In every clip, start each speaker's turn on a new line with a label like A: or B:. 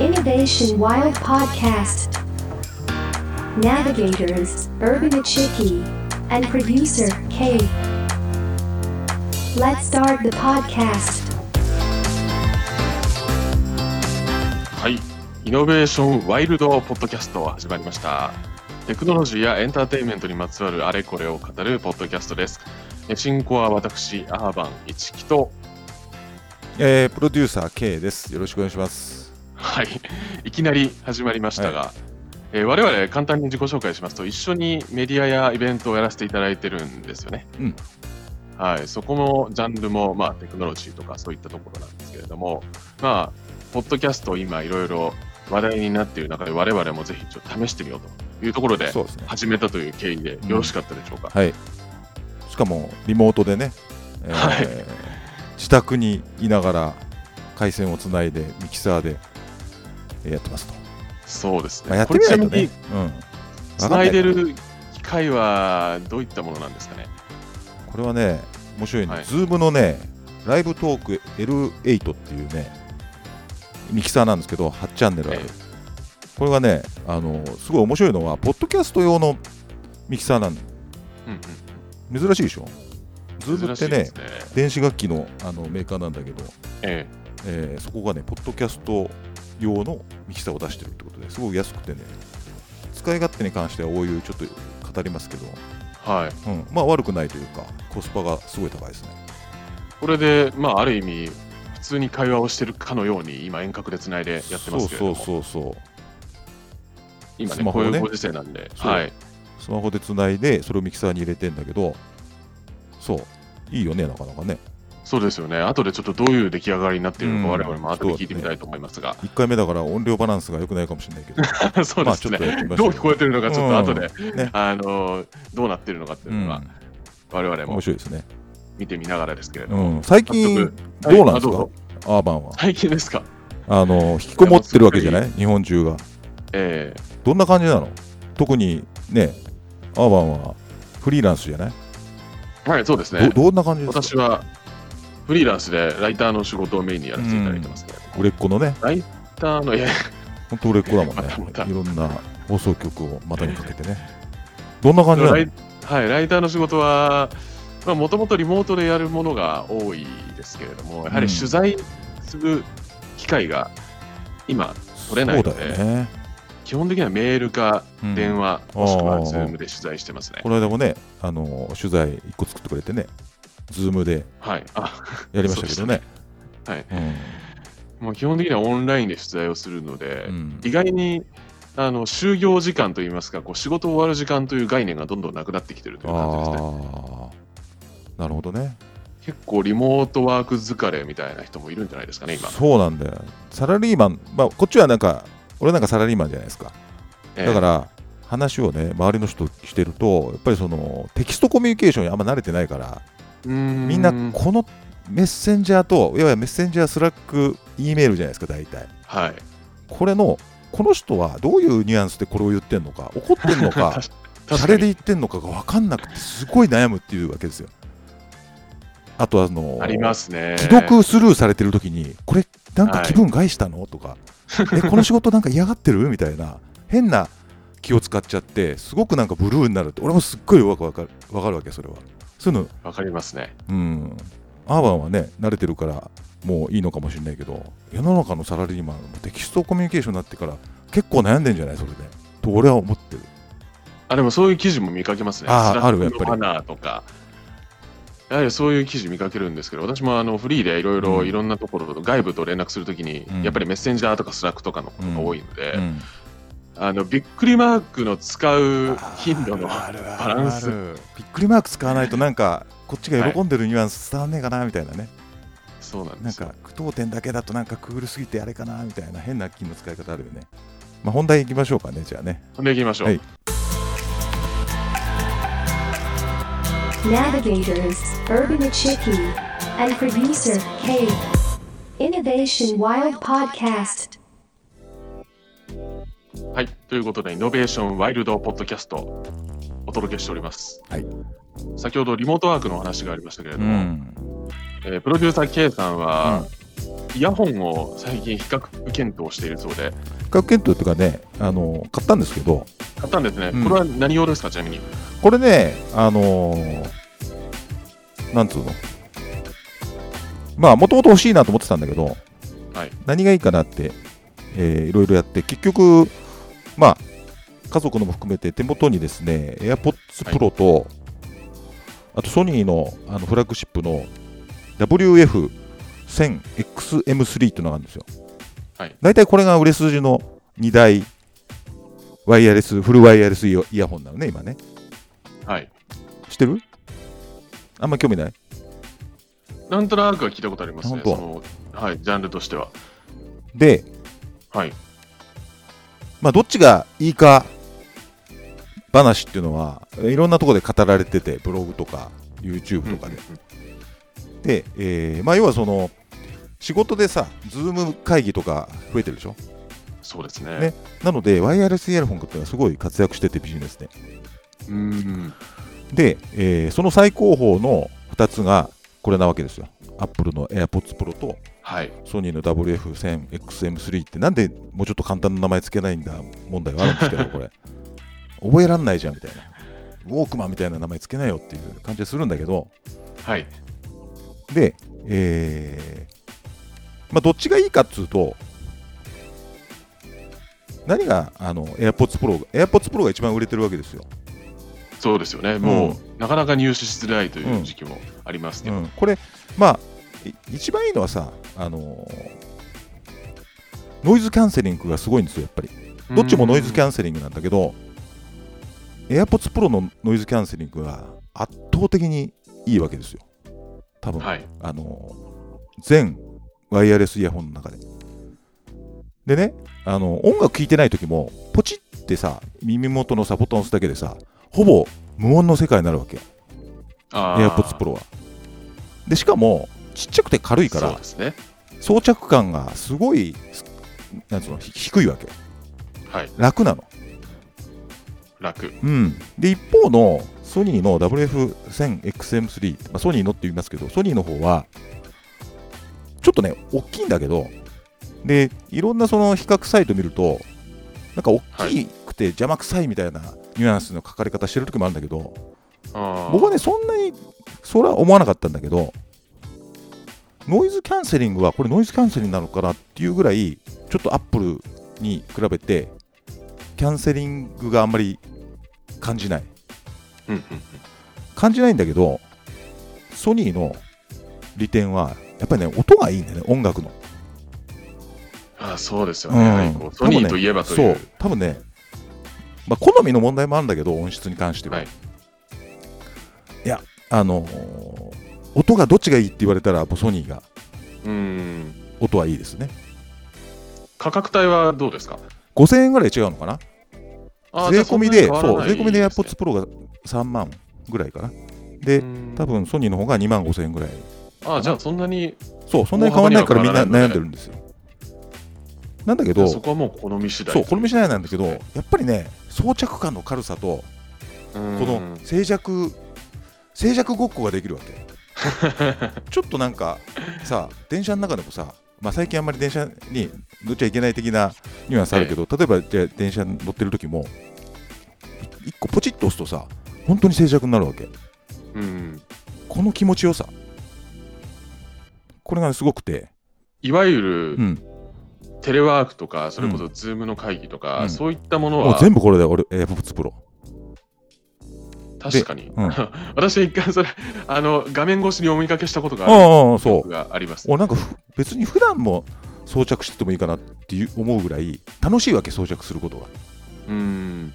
A: Innovation Wild Podcast. Navigators, Urban Achiki, and producer, K. Let's start the podcast.
B: はい、イノベーションワイルドポッドキャスト始まりました。テクノロジーやエンターテインメントにまつわるあれこれを語るポッドキャストです。え進行は私、アーバン一木と、
C: えープロデューサー K です。よろしくお願いします。
B: はい、いきなり始まりましたが、えー我々簡単に自己紹介しますと、一緒にメディアやイベントをやらせていただいてるんですよね。
C: うん
B: はい、そこもジャンルも、まあ、テクノロジーとかそういったところなんですけれども、まあ、ポッドキャスト今いろいろ話題になっている中で我々もぜひちょっと試してみようというところで
C: そうですね。
B: 始めたという経緯でよろしかったでしょうか。
C: はい。しかもリモートでね、えー
B: はい
C: 自宅にいながら回線をつないでミキサーでえーやってますと。
B: そうですね。
C: まあ、やってみないと
B: これ
C: ね
B: ち。
C: うん。
B: なみに繋いでる機械はどういったものなんですかね。
C: これはね、面白いね。
B: はい
C: Zoom のね、ライブトーク L8 っていうね、ミキサーなんですけど、8チャンネルある。
B: え
C: これがね、あのすごい面白いのは、ポッドキャスト用のミキサーなんで
B: うんうん
C: 珍しいでしょ。ズーム
B: 珍
C: っ
B: していで
C: ね
B: す、ね。
C: 電子楽器のあのメーカーなんだけど、
B: え
C: えーそこがね、ポッドキャスト用のミキサーを出してるってことですごく安くてね、使い勝手に関してはおいおいちょっと語りますけど、
B: えはい。
C: うん、まあ悪くないというか、コスパがすごい高いですね。
B: これで、まあ、ある意味、普通に会話をしてるかのように、今、遠隔でつないでやってますけれども、
C: そうそうそうそう、
B: 今
C: ス
B: ね、
C: マ
B: こ
C: ホ
B: う
C: を
B: い
C: ね
B: うご時世なんで、
C: そう
B: はい、
C: スマホでつないで、それをミキサーに入れてんだけど、そう、いいよね、なかなかね。
B: そうですよね、後でちょっとどういう出来上がりになっているのか、
C: うん
B: 我々も後で聞いてみたいと思います が、
C: 1回目だから音量バランスが良くないかもしれないけ ど、
B: そうで
C: まあち
B: す
C: ょっとや
B: ね
C: ってみ、ましょ
B: ど
C: う
B: う聞こえてるのか、ちょっと後で、
C: うんね
B: あのーどうなってるのかっていううのが、
C: ん、
B: 我々も
C: 面白いですね。
B: 見てみながらですけれども、
C: うん、最
B: 早
C: 近
B: 速、
C: どうなんですか、
B: はいあど
C: アーバンは。
B: 最近ですか、
C: あの引きこもってるわけじゃない日本中が。
B: え
C: どんな感じなの特にね、アーバンはフリーランスじゃない、
B: えはい、そうですね、
C: どどんな感じですか
B: 私はフリーランスでライターの仕事をメインにやらせていただいてますね。
C: 売れっ子のね、
B: ライターの、いや
C: 本当売れっ子だもんね
B: またまた。
C: いろんな放送局を股にかけてね。どんな感じなの
B: ライはい、ライターの仕事は、もともとリモートでやるものが多いですけれども、やはり
C: うん
B: 取材する機会が今、
C: そ
B: 取れないの
C: う
B: で
C: だよね。
B: 基本的にはメールか
C: うん
B: 電話、もしくは
C: あー
B: Zoom で取材してますね
C: こ。の間もね、あの取材一個作ってくれてね、ズームで
B: はい、あ
C: やりましたけどね。
B: そうでし
C: うん
B: もう基本的にはオンラインで取材をするので、
C: うん
B: 意外にあの就業時間といいますか、こう仕事終わる時間という概念がどんどんなくなってきてるという感じですね。
C: ああ、なるほどね。
B: 結構リモートワーク疲れみたいな人もいるんじゃないですかね、今。、
C: そうなんだよ。サラリーマン、まあ、こっちはなんか、俺なんかサラリーマンじゃないですか。だからら、話をね、周りの人としてると、やっぱりそのテキストコミュニケーションにあんま慣れてないから、み
B: み
C: んなこのメッセンジャーと、いわゆるメッセンジャー、スラック、E メールじゃないですか、大体。
B: はい。
C: これの、この人はどういうニュアンスでこれを言ってんのか、怒ってんのか、シ
B: 確
C: ャ
B: か
C: レ
B: に
C: で言ってんのかが分かんなくて、すごい悩むっていうわけですよ。あとはあの
B: ありますね。
C: 既読スルーされてる時に、これ、なんか気分害したの、とか、え、この仕事なんか嫌がってるみたいな、変な気を使っちゃって、すごくなんかブルーになるって、俺もすっごいよくわかるわかるわけ、それは。そういうの、
B: わかりますね。
C: うん、アーバンはね、慣れてるから、もういいのかもしれないけど、世の中のサラリーマン、もテキストコミュニケーションになってから、結構悩んでんじゃない、それで。と、俺は思ってる。
B: あ、でもそういう記事も見かけますね。
C: あー
B: スラック
C: あるやっぱり
B: のマナーとか。やはりそういう記事見かけるんですけど、私もあのフリーでいろいろ
C: うん
B: いろんなところと外部と連絡するときに、
C: うん
B: やっぱりメッセンジャーとかスラックとかのことが多いので、
C: うん
B: あのびっくりマークの使う頻度の
C: あ
B: バ
C: るあるある
B: ランス、
C: びっくりマーク使わないと、なんか、こっちが喜んでるニュアンス伝わんねえかな、みたいなね。
B: そうなんで
C: なん
B: すよ。
C: か句読点だけだとなんかクールすぎてあれかなみたいな変な金の使い方あるよね。まあ、本題いきましょうかね、じゃあね。
B: ほんでいきましょう。
C: はい
A: Navigators, Urban Achiki, and producer, K. Innovation Wild Podcast.
B: はい、ということで、イノベーションワイルドポッドキャスト、お届けしております。
C: はい
B: 先ほどリモートワークのお話がありましたけれども、えープロデューサー K さんは、イヤホンを最近比較検討しているそうで、
C: 比較検討というかねあの買ったんですけど
B: 買ったんですね。
C: うん
B: これは何用ですか、ちなみに。
C: これねあのーなんつうのまあもともと欲しいなと思ってたんだけど、
B: はい
C: 何がいいかなって、えーいろいろやって結局まあ家族のも含めて手元にですね AirPods
B: はい
C: Pro と、あとソニーのあのフラッグシップの WF1000XM3 っていうのがあるんですよ、
B: はい
C: 大体これが売れ筋の2台ワイヤレスフルワイヤレスイヤイヤホンなのね今ね
B: はい。
C: 知ってるあんま興味ない
B: なんとなくは聞いたことありますね。
C: 本当
B: そのはい、ジャンルとしては。
C: で、
B: はい。
C: まあ、どっちがいいか話っていうのはいろんなところで語られててブログとか YouTube とかで、で、えーまあ、要はその仕事でさ Zoom 会議とか増えてるでしょ
B: そうですね。
C: ねなのでワイヤレスイヤホンっていうのはすごい活躍しててビジネスで
B: うーん。
C: で、えーその最高峰の2つがこれなわけですよ Apple の AirPods Pro と
B: はい。
C: ソニーの WF1000XM3 ってなんでもうちょっと簡単な名前つけないんだ問題はあるんですけどこれ 覚えらんないじゃんみたいなウォークマンみたいな名前つけなよっていう感じがするんだけど
B: はい。
C: で、えーまあ、どっちがいいかっつうと何があの AirPods Pro AirPods Pro が一番売れてるわけですよ、
B: そうですよね。もう、なかなか入手しづらいという時期もありますけ
C: う
B: ど。
C: ん、これまあい一番いいのはさあのーノイズキャンセリングがすごいんですよやっぱりどっちもノイズキ
B: ン
C: ャンセリングなんだけど、AirPods Pro のノイズキャンセリングは圧倒的にいいわけですよ。多分、
B: はい。
C: あの全ワイヤレスイヤホンの中で。でね、あの音楽聴いてない時も、ポチってさ、耳元のさ、ボタン押すだけでさ、ほぼ無音の世界になるわけ、
B: あー
C: AirPods Pro は。で、しかも、ちっちゃくて軽いか
B: そう
C: ら
B: で、すね。
C: 装着感がすごい、すなんつうの、ひ低いわけ。
B: はい。
C: 楽なの。
B: 楽。
C: うん、で一方のソニーの WF1000XM3、まあ、ソニーのって言いますけど、ソニーの方は、ちょっとね、大きいんだけど、でいろんなその比較サイト見ると、なんか大きくて邪魔くさいみたいなニュアンスの書かれ方してる時もあるんだけど、僕
B: 僕
C: はね、そんなにそれは思わなかったんだけど、ノイズキャンセリングは、これノイズキャンセリングなのかなっていうぐらい、ちょっとアップルに比べて、キャンセリングがあんまり感じない。
B: うんうんうん
C: 感じないんだけど、ソニーの利点は、やっぱりね、音がいいんだよね、音楽の。
B: あーそうですよ
C: う
B: ね。
C: ん
B: はいこうソニーといえばという。
C: 多分ね、まあ、好みの問題もあるんだけど、音質に関しては。
B: はいい、
C: や、あのー音がどっちがいいって言われたら、やっぱソニーが
B: うーん。
C: 音はいいですね。
B: 価格帯はどうですか
C: 5000円ぐらい違うのかな
B: あー
C: 税
B: じゃあ
C: 込みで、
B: そんなに変
C: そ
B: わ
C: う、
B: らな
C: 税
B: い
C: 込みで
B: ですね
C: AirPods Pro が3万ぐらいかな。で、多分ソニーの方が2万5000円ぐらい。
B: あーじゃあそんなに
C: そう、そんなに変わらないからみんな
B: 大幅には変わらない
C: 悩んでるんですよ。なんだけど、
B: そこはもう好み次第
C: そう、これ見せないなんだけど、
B: は
C: や
B: い
C: っぱりね、装着感の軽さと、
B: こ
C: この静寂、静寂ごっこができるわけ。 ちょっとなんか、さ、電車の中でもさ、まあ、最近あんまり電車に乗っちゃいけない的なニュアンスあるけど、例えばじゃあ電車に乗ってる時も、一個ポチッと押すとさ、本当に静寂になるわけ。
B: うん
C: この気持ちよさ。これがねすごくて、
B: いわゆ
C: う
B: る
C: ん、
B: テレワークとか、それこそ Zoom の会議とか、
C: うん
B: そういったもの
C: もう
B: は
C: 全部これで俺、AirPods Pro。
B: 確かに、
C: うん
B: 私一回それあの画面越しにお見かけしたことがある
C: ああ、そう。
B: があります
C: 俺なんかふ別に普段も装着しててもいいかなっていう思うぐらい楽しいわけ装着することが
B: うん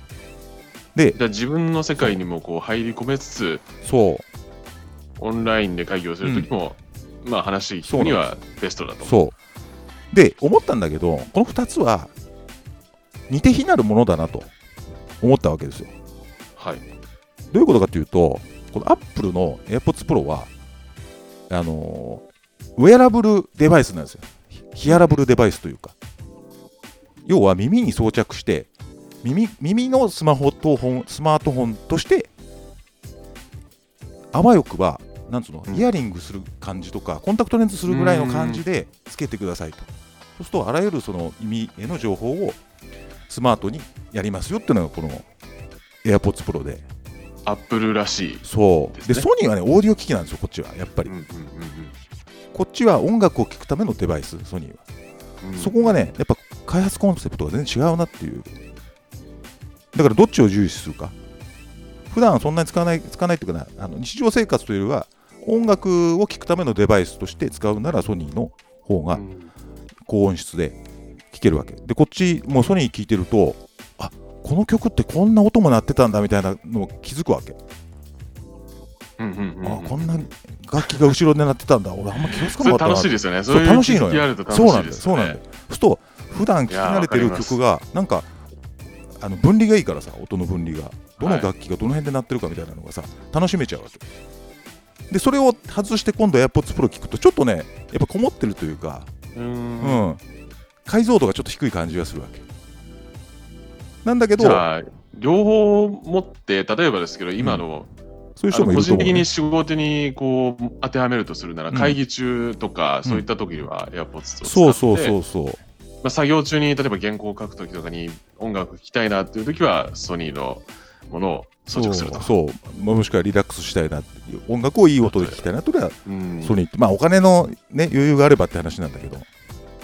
C: で
B: じゃあ自分の世界にもこう入り込めつつ
C: そ
B: オンラインで会議をするときも、まあ話聞くにはベストだと
C: うそうで思ったんだけどこの2つは似て非なるものだなと思ったわけですよ
B: はい
C: どういうことかというとこのアップルの AirPods Pro はあのーウェアラブルデバイスなんですよヒヒアラブルデバイスというか要は耳に装着して耳耳のスマホとフォンスマートフォンとしてあわよくばなんつうの、
B: うん
C: イヤリングする感じとかコンタクトレンズするぐらいの感じでつけてくださいとそうするとあらゆるその意味への情報をスマートにやりますよっていうのがこの AirPods Pro で
B: アップルらしい。
C: そう
B: です
C: で
B: ね
C: ソニーはねオーディオ機器なんですよこっちはやっぱり、
B: うんうんう
C: こっちは音楽を聴くためのデバイスソニーは、
B: んうん
C: そこがねやっぱ開発コンセプトが全然違うなっていうだからどっちを重視するか普段はそんなに使わない使わないっていうかなあの日常生活というよりは音楽を聴くためのデバイスとして使うならソニーの方が
B: うん
C: 高音質で聴けるわけでこっちもうソニー聴いてるとあこの曲ってこんな音も鳴ってたんだみたいなのを気づくわけ、
B: うんうんうん
C: あこんな楽器が後ろで鳴ってたんだ俺あんま気がつか
B: そ
C: なか
B: れ
C: ったな
B: 楽しいですよね。
C: そう
B: そういう
C: 楽しいのよ
B: 知識あると楽
C: そうな
B: しい
C: んだ
B: で
C: よ、
B: す
C: そう
B: よ
C: なんだよ
B: ね。。
C: そうすると、普段聴
B: い
C: き慣れて
B: やー
C: る
B: わかります
C: 曲が、なんか、あの分離がいいからさ、音の分離が。どの
B: はい
C: 楽器がどの辺で鳴ってるかみたいなのがさ、楽しめちゃうわけ。で、それを外して、今度 AirPods Pro 聞くと、ちょっとね、やっぱこもってるというか、
B: う。
C: うんん、解像度がちょっと低い感じがするわけ。なんだけど、
B: じ
C: そ
B: ゃあ、両方持って、例えばですけど、今の、
C: ういう
B: あ
C: 人
B: の
C: もい
B: 個
C: ると
B: 人
C: 思う
B: 的
C: ね、
B: に仕事にこう当てはめるとするなら、
C: うん
B: 会議中とか、そういった時は AirPods を使って、
C: そうそうそうそう。
B: まあ、作業中に例えば原稿を書くときとかに音楽聴きたいなっていうときはソニーのものを装着すると。
C: そうそうもしくはリラックスしたいなっていう音楽をいい音で聴きたいなというのは
B: うん
C: ソニーって、まあ、お金の、ね、余裕があればって話なんだけど、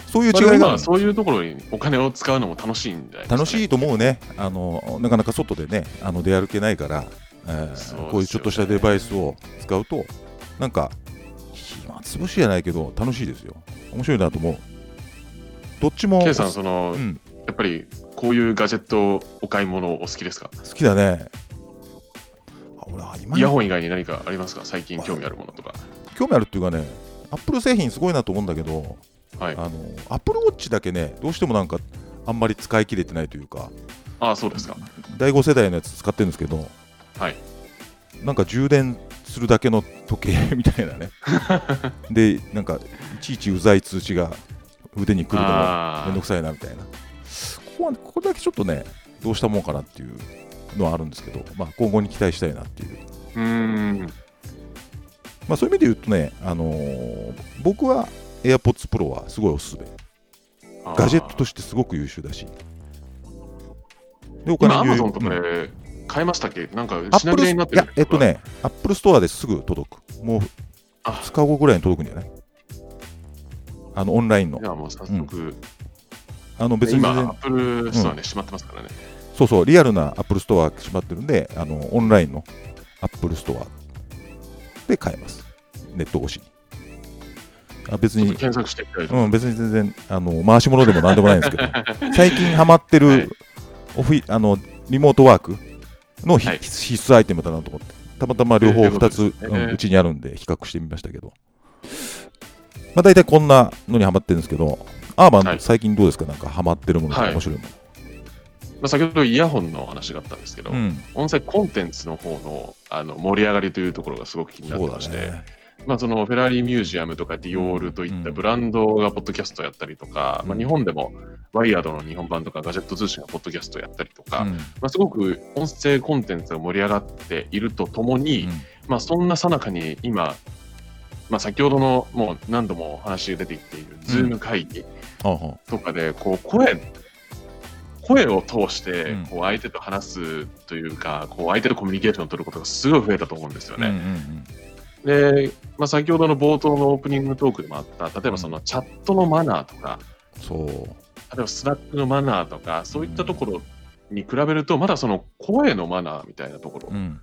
C: そういう
B: まあでも
C: 違い
B: 今
C: が
B: はそういうところにお金を使うのも楽しいんじゃないですか、ね。
C: 楽しいと思うね、あのなかなか外でね、あの出歩けないから、えー
B: そうですよね
C: こういうちょっとしたデバイスを使うと、なんか、暇つぶしじゃないけど、楽しいですよ、面白いなと思う。どっちも
B: K さん、その、
C: うん、
B: やっぱりこういうガジェットお買い物お好きですか
C: 好きだね。あ俺は今
B: イヤホン以外に何かありますか最近興味あるものとか。
C: 興味あるっていうかね、アップル製品すごいなと思うんだけど、
B: はい。
C: あのアップルウォッチだけね、どうしてもなんか、あんまり使い切れてないというか。
B: ああ、そうですか。
C: 第5世代のやつ使ってるんですけど、
B: はい
C: なんか充電するだけの時計 みたいなねでなんかいちいちうざい通知が腕に来るのも
B: あ
C: めんどくさいなみたいなここはここだけちょっとねどうしたもんかなっていうのはあるんですけど、まあ、今後に期待したいなっていう、
B: ーうーん。
C: まあ、そういう意味で言うとね、あのー僕は AirPods Pro はすごいおすすめ
B: あー
C: ガジェットとしてすごく優秀だしでお
B: 今、ア
C: 余
B: マ
C: 裕
B: ゾンとか
C: うん
B: で買えましたっけなんか
C: ア
B: 品切
C: ップ
B: れ
C: ル
B: になっ
C: い
B: てる
C: や、えっと。ね、アップルストアですぐ届く。もう
B: あ
C: 2日後ぐらいに届くんじゃないあのオンラインの
B: じ。ゃあもう早速、
C: あの別に
B: 今、
C: 全
B: ア
C: 然
B: ップルストアね、閉まってますからね。
C: そうそう、リアルなアップルストアが閉まってるんで、あのオンラインのアップルストアで買えます。ネット越しに。あ別
B: ちょっ
C: に
B: と、検索してみたいと
C: うん、別に全然あの回し物でもなんでもない んですけど、最近ハマって
B: は
C: る
B: い
C: オフィあのリモートワークのひ
B: はい
C: 必須アイテムだなと思って、たまたま両方
B: えー
C: 2つ、
B: ということですね
C: うんうちにあるんで、比較してみましたけど、まあ、大体こんなのにハマってるんですけど、アーバン、
B: はい
C: 最近どうですか、なんかハマってるものとか
B: はい
C: 面白いもの。
B: まあ、先ほどイヤホンのお話があったんですけど、
C: うん、
B: 音声コンテンツの方のあの盛り上がりというところがすごく気になって
C: そうだ
B: まして、
C: ね。
B: まあ、そのフェラーリミュージアムとかディオールといった
C: うん
B: ブランドがポッドキャストやったりとか、
C: うん
B: まあ、日本でもワイヤードの日本版とかガジェット通信がポッドキャストやったりとか、
C: うん
B: まあ、すごく音声コンテンツが盛り上がっているとともに、
C: うん
B: まあ、そんなさなかに今、まあ、先ほどのもう何度もお話が出てきている Zoom 会議
C: ああは
B: とかでこう声声を通して
C: うん
B: こう相手と話すというか、こう相手とコミュニケーションを取ることがすごい増えたと思うんですよ
C: うんうんう
B: ね。
C: ん
B: で、まあ、先ほどの冒頭のオープニングトークでもあった例えばそのチャットのマナーとか
C: そう
B: 例えばスラックのマナーとかそういったところに比べるとまだその声のマナーみたいなところ
C: うん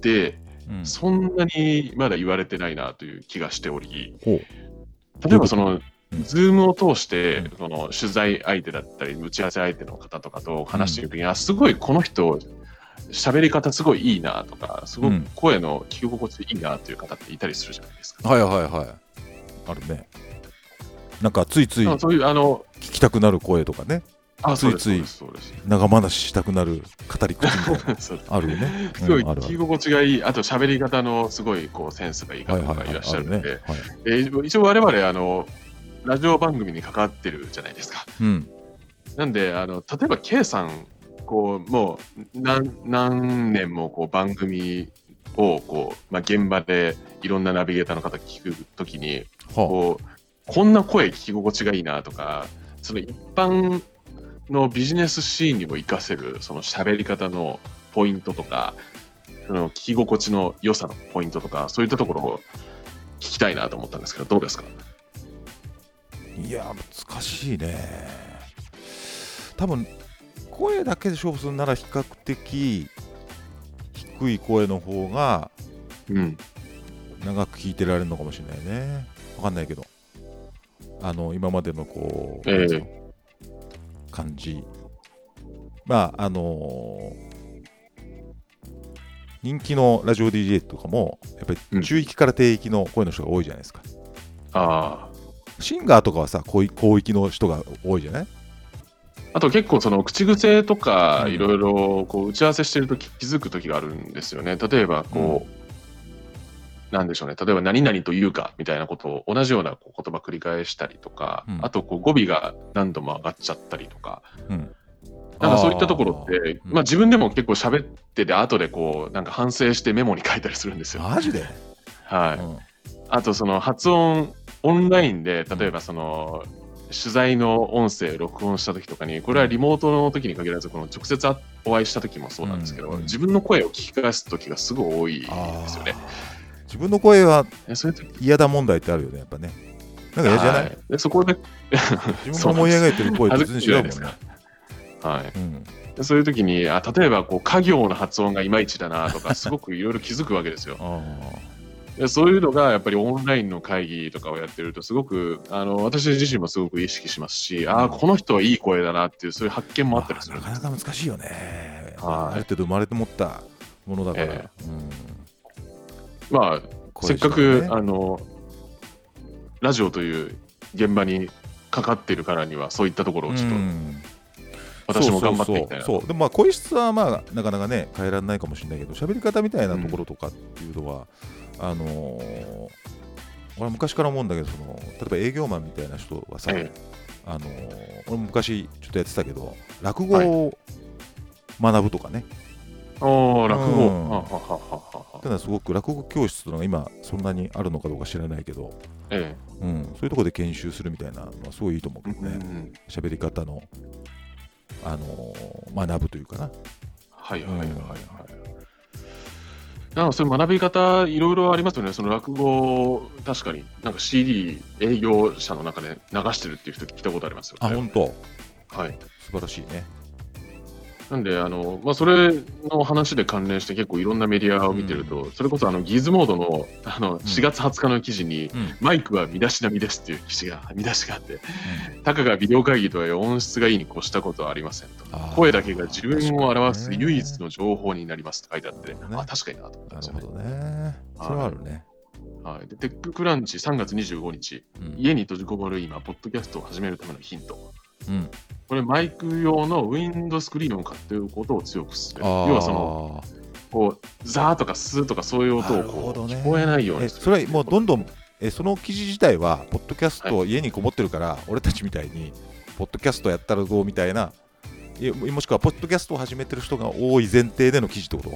B: で
C: うん
B: そんなにまだ言われてないなという気がしており
C: ほう
B: 例えばその
C: うん
B: ズームを通して
C: う
B: その取材相手だったり打ち合わせ相手の方とかと話している時にあすごいこの人喋り方すごいいいなとかすごく声の聞き心地いいなという方っていたりするじゃないですか。
C: はいはいはい。あるね。なんかついつい
B: まあそういうあの
C: 聞きたくなる声とかね。
B: あ
C: ついつい
B: そうです
C: 長話したくなる語り口み たい
B: そうで
C: な
B: すそうです
C: あるよね
B: 。すごい
C: うんある
B: 聞き心地がいい、あと喋り方のすごいこうセンスがいい
C: あ
B: 方
C: るはいは
B: がい
C: いはい
B: らっしゃる
C: あ
B: の
C: ね
B: で、
C: はい
B: えー一応我々あのラジオ番組に関わってるじゃないですか。
C: うん
B: なんであの例えば K さんこうもう何何年もこう番組をこう、まあ、現場でいろんなナビゲーターの方聞くときに
C: は
B: こうこんな声聞き心地がいいなとかその一般のビジネスシーンにも活かせるその喋り方のポイントとかその聞き心地の良さのポイントとかそういったところを聞きたいなと思ったんですけどどうですか
C: あ、いや難しいね多分声だけで勝負するなら比較的低い声の方が
B: うん
C: 長く聞いてられるのかもしれないねわかんないけどあの今までのこう、
B: ええ
C: なんていうの感じまああのー人気のラジオ DJ とかもやっぱ
B: うん
C: り中域から低域の声の人が多いじゃないですか、
B: あ
C: シンガーとかはさ広い広域の人が多いじゃない
B: ああと結構その口癖とか
C: うん
B: いろいろこう打ち合わせしてるとき気づくときがあるんですよね例えばこう、なんでしょうね例えば何々と言うかみたいなことを同じようなこう言葉繰り返したりとか、
C: うん
B: あとこう語尾が何度も上がっちゃったりとか
C: うん
B: なんかそういったところって、
C: あー
B: まあ、自分でも結構喋ってて、後でこう、なんか反省してメモに書いたりするんですよ。
C: マジで、
B: は
C: う
B: い。
C: ん
B: あと、その発音、オンラインで、例えばその、取材の音声、録音した時とかに、これはリモートの時に限らず、この直接あお会いした時もそうなんですけど、
C: うんうん
B: 自分の声を聞き返す時がすごい多いん ですよね。
C: ー自分の声は
B: でそういう時
C: 嫌だ問題ってあるよねやっぱねなんか嫌じゃない、
B: はいでそこで、
C: 自分が思い描いてる声と
B: 恥
C: 全
B: ずか
C: 然
B: しいじゃない
C: 違うもん
B: ですか。
C: ね
B: はい。
C: うん
B: でそういう時に、あ例えば、こう、家業の発音がいまいちだなと か、すごくいろいろ気づくわけですよ。
C: あー
B: でそういうのがやっぱりオンラインの会議とかをやってるとすごくあの私自身もすごく意識しますしああこの人はいい声だなっていうそういう発見もあったりするん
C: ま
B: で
C: あ
B: す
C: なかなか難しいよね、
B: はい
C: ある程度生まれて持ったものだから、
B: え
C: うん
B: まあ
C: こ
B: せっ
C: れでしょ
B: か
C: うね
B: くあのラジオという現場にかかっているからにはそういったところをちょっと
C: うん
B: 私も頑張っていきたいな
C: そうそうそうそうでもまあ声質はまあなかなかね変えられないかもしれないけど喋り方みたいなところとかっていうのは、あのー俺は昔から思うんだけどその例えば営業マンみたいな人はさ、
B: え
C: あのー俺も昔ちょっとやってたけど落語を学ぶとかね、
B: あー落語、
C: うん
B: はあはあはあはあ
C: ただすごく落語教室というのが今そんなにあるのかどうか知らないけど、
B: え
C: うん、そういうところで研修するみたいなのはすごいいいと思う
B: え
C: けどね。
B: うん
C: 喋り方の、あのー学ぶというかな。
B: はいはいはいはい。なんかそういう学び方いろいろありますよね。その落語確かになんか CD 営業者の中で流してるっていう人聞いたことありますよ、ね。
C: あ、本当
B: はい。
C: 素晴らしいね。
B: なんであのまあそれの話で関連して結構いろんなメディアを見てると、それこそあのギズモードのあの4月20日の記事に。
C: うん。
B: マイクは身だしなみですっていう記事が、見出しがあって、たかがビデオ会議とはいえ音質がいいに越したことはありませんと。声だけが自分を表す唯一の情報になりますって書いてあって、
C: 確かにね
B: あ、確かになと思ったん
C: な
B: です
C: る
B: よ
C: ほ
B: ね。
C: どね。それはあるね。
B: はい、でテッククランチ3月25日、
C: うん
B: 家に閉じこもる今、ポッドキャストを始めるためのヒント。
C: うん。
B: これ、マイク用のウィンドスクリーンを買っておくことを強くする。
C: あ
B: 要
C: ー
B: はその、こう、ザーとかスーとかそういう音を
C: なる
B: こ
C: ほ
B: う、
C: どね
B: 聞こえないよう
C: え
B: にする。
C: それはもうどんどん、えその記事自体は、ポッドキャスト、家にこもってるから、俺たちみたいに、ポッドキャストやったらどうみたいな、いやもしくは、ポッドキャストを始めてる人が多い前提での記事ってこと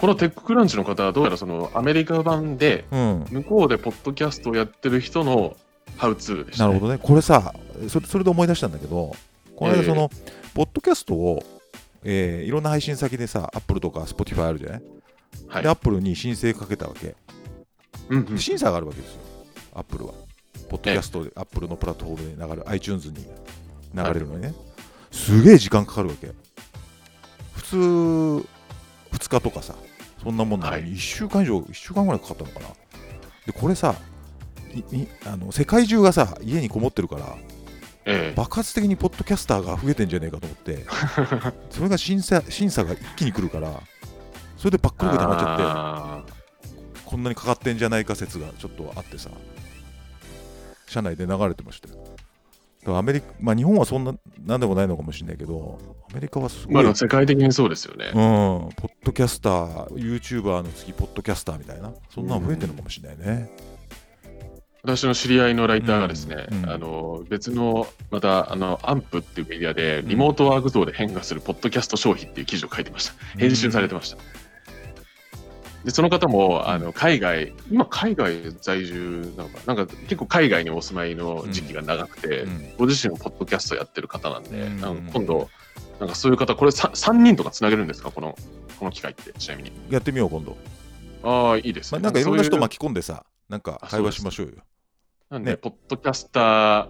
B: このテッククランチの方は、どうやらそのアメリカ版で、
C: うん。
B: 向こうでポッドキャストをやってる人のハウツーでした、
C: な
B: ね。
C: るほどね、これさ、それそれで思い出したんだけど、この
B: え
C: 間、
B: え
C: その、ポッドキャストを、えーいろんな配信先でさ、アップルとか Spotify あるじゃない、
B: はい
C: で、アップルに申請かけたわけ、
B: うんうん
C: で審査があるわけですよ、アップルは。ポッドキャストで、アップルのプラットフォームで流れる、iTunes に流れるのにね、すげえ時間かかるわけ。普通、2日とかさ、そんなもんなの
B: は
C: に、1週間以上、1週間ぐらいかかったのかな。で、これさ、いいあの世界中がさ、家にこもってるから、
B: ええ
C: 爆発的にポッドキャスターが増えてんじゃねえかと思って それが審査審査が一気に来るからそれでバックログ溜まっちゃ
B: あー
C: ってこんなにかかってんじゃないか説がちょっとあってさ社内で流れてましたよだからアメリカ、まあ、日本はそんななんでもないのかもしれないけどアメリカはすごい、
B: まあ、でも世界的にそうですよね。
C: うん、ポッドキャスター YouTuber の次ポッドキャスターみたいなそんなの増えてるのかもしれないね、
B: 私の知り合いのライターがですね、
C: うんうん
B: あの別のまたあのアンプっていうメディアでリモートワーク像で変化するポッドキャスト消費っていう記事を書いてました、編集されてました、でその方もあの海外今海外在住なのかななんか結構海外にお住まいの時期が長くて、
C: うん
B: ご自身もポッドキャストやってる方なんで、
C: うん
B: あの今度なんかそういう方これ 3, 三人とかつなげるんですかこのこの機会ってちなみに
C: やってみよう今度、
B: ああいいです
C: ま
B: ね、
C: あ、なんかいろんな
B: そ
C: 人
B: うう
C: 巻き込んでさなんか
B: あ
C: 会話しましょうよ
B: なんで、
C: ね
B: ポッドキャスター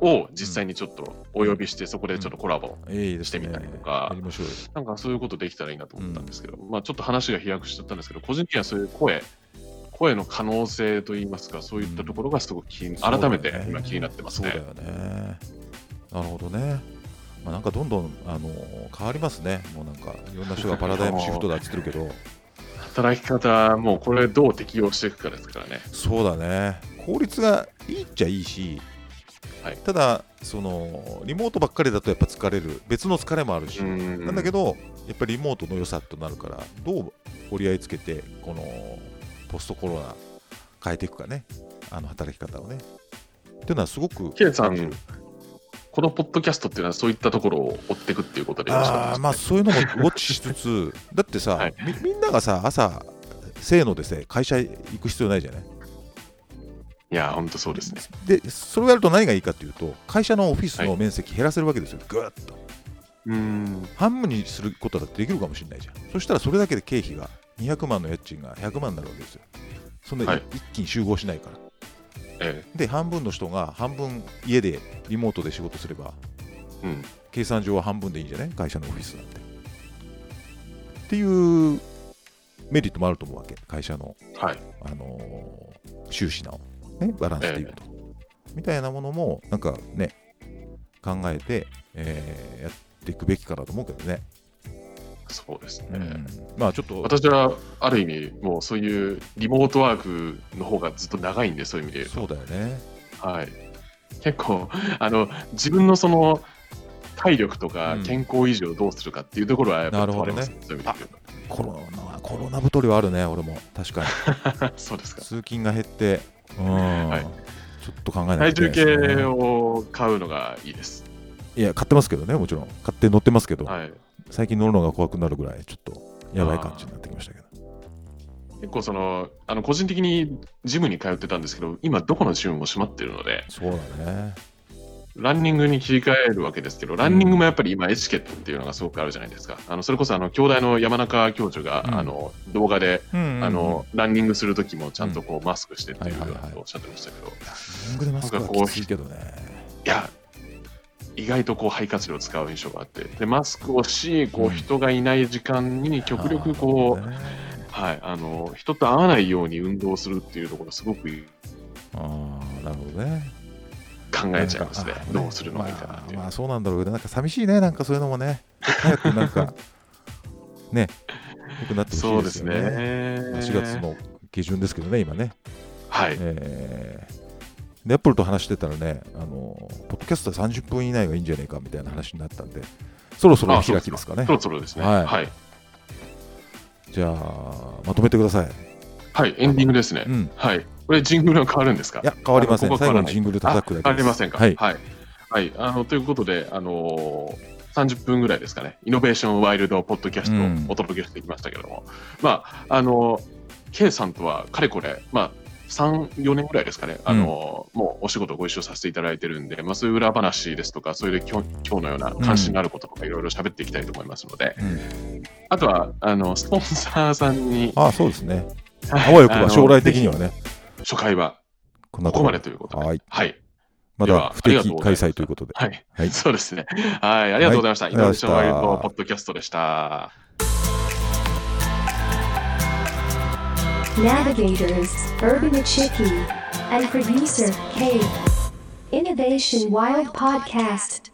B: を実際にちょっとお呼びして、そこでちょっとコラボ、
C: いいですね
B: してみたりとか
C: やりましょうよ
B: なんかそういうことできたらいいなと思ったんですけど、まあちょっと話が飛躍しちゃったんですけど、個人的にはそういう声、声の可能性といいますか、そういったところがすごく気に、
C: そうだね
B: 改めて今気になってますね。
C: そうだよね。なるほどね。まあ、なんかどんどん、あのー変わりますね。もうなんかいろんな人がパラダイムシフトだっつってるけど、
B: 働き方、もうこれどう適用していくかですからね。
C: そうだね。効率がいいっちゃいいし、
B: はい
C: ただそのリモートばっかりだとやっぱ疲れる。別の疲れもあるし、
B: うん
C: なんだけどやっぱりリモートの良さとなるから、どう折り合いつけてこのポストコロナ変えていくかね。あの働き方をね。っていうのはすごく。
B: ケイさん、このポッドキャストっていうのはそういったところを追っていくっていうことでよろしかったで
C: ああ
B: す
C: ー
B: か
C: まあそういうのもウォッチしつつ だってさ、
B: はい
C: みみんながさ朝せーのでさ会社行く必要ないじゃない
B: いや、本当そうですね。
C: でそれをやると何がいいかというと会社のオフィスの面積減らせるわけですよ、ぐーっと
B: うん。
C: 半分にすることだってできるかもしれないじゃんそしたらそれだけで経費が200万の家賃が100万になるわけですよそんな、
B: はい
C: 一気に集合しないから
B: え
C: で半分の人が半分家でリモートで仕事すれば
B: え。うん。
C: 計算上は半分でいいんじゃない会社のオフィスなんて。っていうメリットもあると思うわけ会社の、
B: はい。
C: あのー収支の、ね、バランスでいうと、みたいなものもなんかね考えて、えーやっていくべきかなと思うけどね、
B: そうですね。
C: うんまあちょっと
B: 私はある意味、もうそういうリモートワークの方がずっと長いんで、そういう意味で言うと
C: そうだよね
B: はい、結構あの自分のその体力とか
C: うん
B: 健康維持をどうするかっていうところはやっぱ
C: な
B: り
C: る
B: 問わ
C: ほ
B: れ
C: ど
B: ま
C: ね
B: すね。そういう意味で
C: コロナはコロナ太りはあるね俺も確かに
B: 言うと そうですか。
C: 通勤が減って、うん
B: はい
C: ちょっと考えない
B: 体
C: とい
B: 重
C: けないですね
B: 計を買うのがいいです。
C: いや買ってますけどねもちろん買って乗ってますけど、
B: はい、
C: 最近乗るのが怖くなるぐらいちょっとやばい感じになってきましたけど
B: 結構そのあの個人的にジムに通ってたんですけど、今どこのジムも閉まってるので、
C: そうだね
B: ランニングに切り替えるわけですけど、ランニングもやっぱり今エチケットっていうのがすごくあるじゃないですか。あのそれこそあの兄弟の山中教授が、
C: うん
B: あの動画で、
C: あ
B: あのランニングする時もちゃんとこうマスクしてっていう
C: はい
B: よ
C: は
B: うな
C: いは
B: ことを
C: い
B: おっしゃってましたけど、
C: リングでマスクはきついけどね
B: いや、意外とこう肺活量を使う印象があって、でマスクをし、こう
C: うん
B: 人がいない時間に極力こう、
C: あーなるほどね
B: はい、あの人と会わないように運動するっていうところ、すごく
C: あーなるほどね
B: 考えちゃいますね
C: なんかあ、ー
B: どうするのがいいかなっていう。
C: まあ、まあそうなんだろうけどなんか寂しいねなんかそういうのもね早くな んかね良くなってほし
B: そ
C: いうで
B: ですす
C: よ
B: ね。
C: ね4月。の下旬ですけどね今ね
B: はい。
C: えーでアップルと話してたらね、あのポッドキャストは30分以内がいいんじゃないかみたいな話になったんで、そろそろお
B: あそう
C: 開きですかね
B: そ。ろそろですね。
C: は
B: はいい。はい。
C: じゃあ、まとめてください。
B: エンディングですね。
C: うん、い
B: はい。これ、ジングルが変わるんですか
C: や、変わりませ
B: あ
C: ん。
B: のここ
C: 最
B: は変わら
C: 後に
B: ない
C: ジングル叩くだけ
B: あ
C: で
B: り
C: す。
B: ませんか。
C: はい。
B: はい。はいあのということで、あのー30分ぐらいですかね、イノベーションワイルドポッドキャス
C: うん
B: トをお届けしてきましたけども、まあ、あのー K さんとはかれこれ、まあ、3、4年ぐらいですかね、あのーもうお仕事ご一緒させていただいてるんで、まあ、そういう裏話ですとか、それで今日今日のような関心のあることとか、いろいろ喋っていきたいと思いますので、
C: うん
B: あとはあのスポンサーさんに、
C: あそうですね。
B: はい
C: あわよく
B: あの
C: ば将来的にはね、
B: 初回は
C: こんな
B: ことこ
C: こ
B: までということで、
C: はい
B: はい、
C: ま
B: で
C: だ
B: は
C: 不
B: ありが
C: 定
B: とう
C: 期
B: ござい
C: 開
B: ます
C: 催ということで。
B: はい、
C: はい
B: そうですね。はい、ありがとうございました。
C: はい
B: イノベーションワイル
C: ありが
B: ド
C: とうございました
B: ポッドキャストでした。
A: Navigators, Urban Ichiki, and producer, K. Innovation Wild Podcast.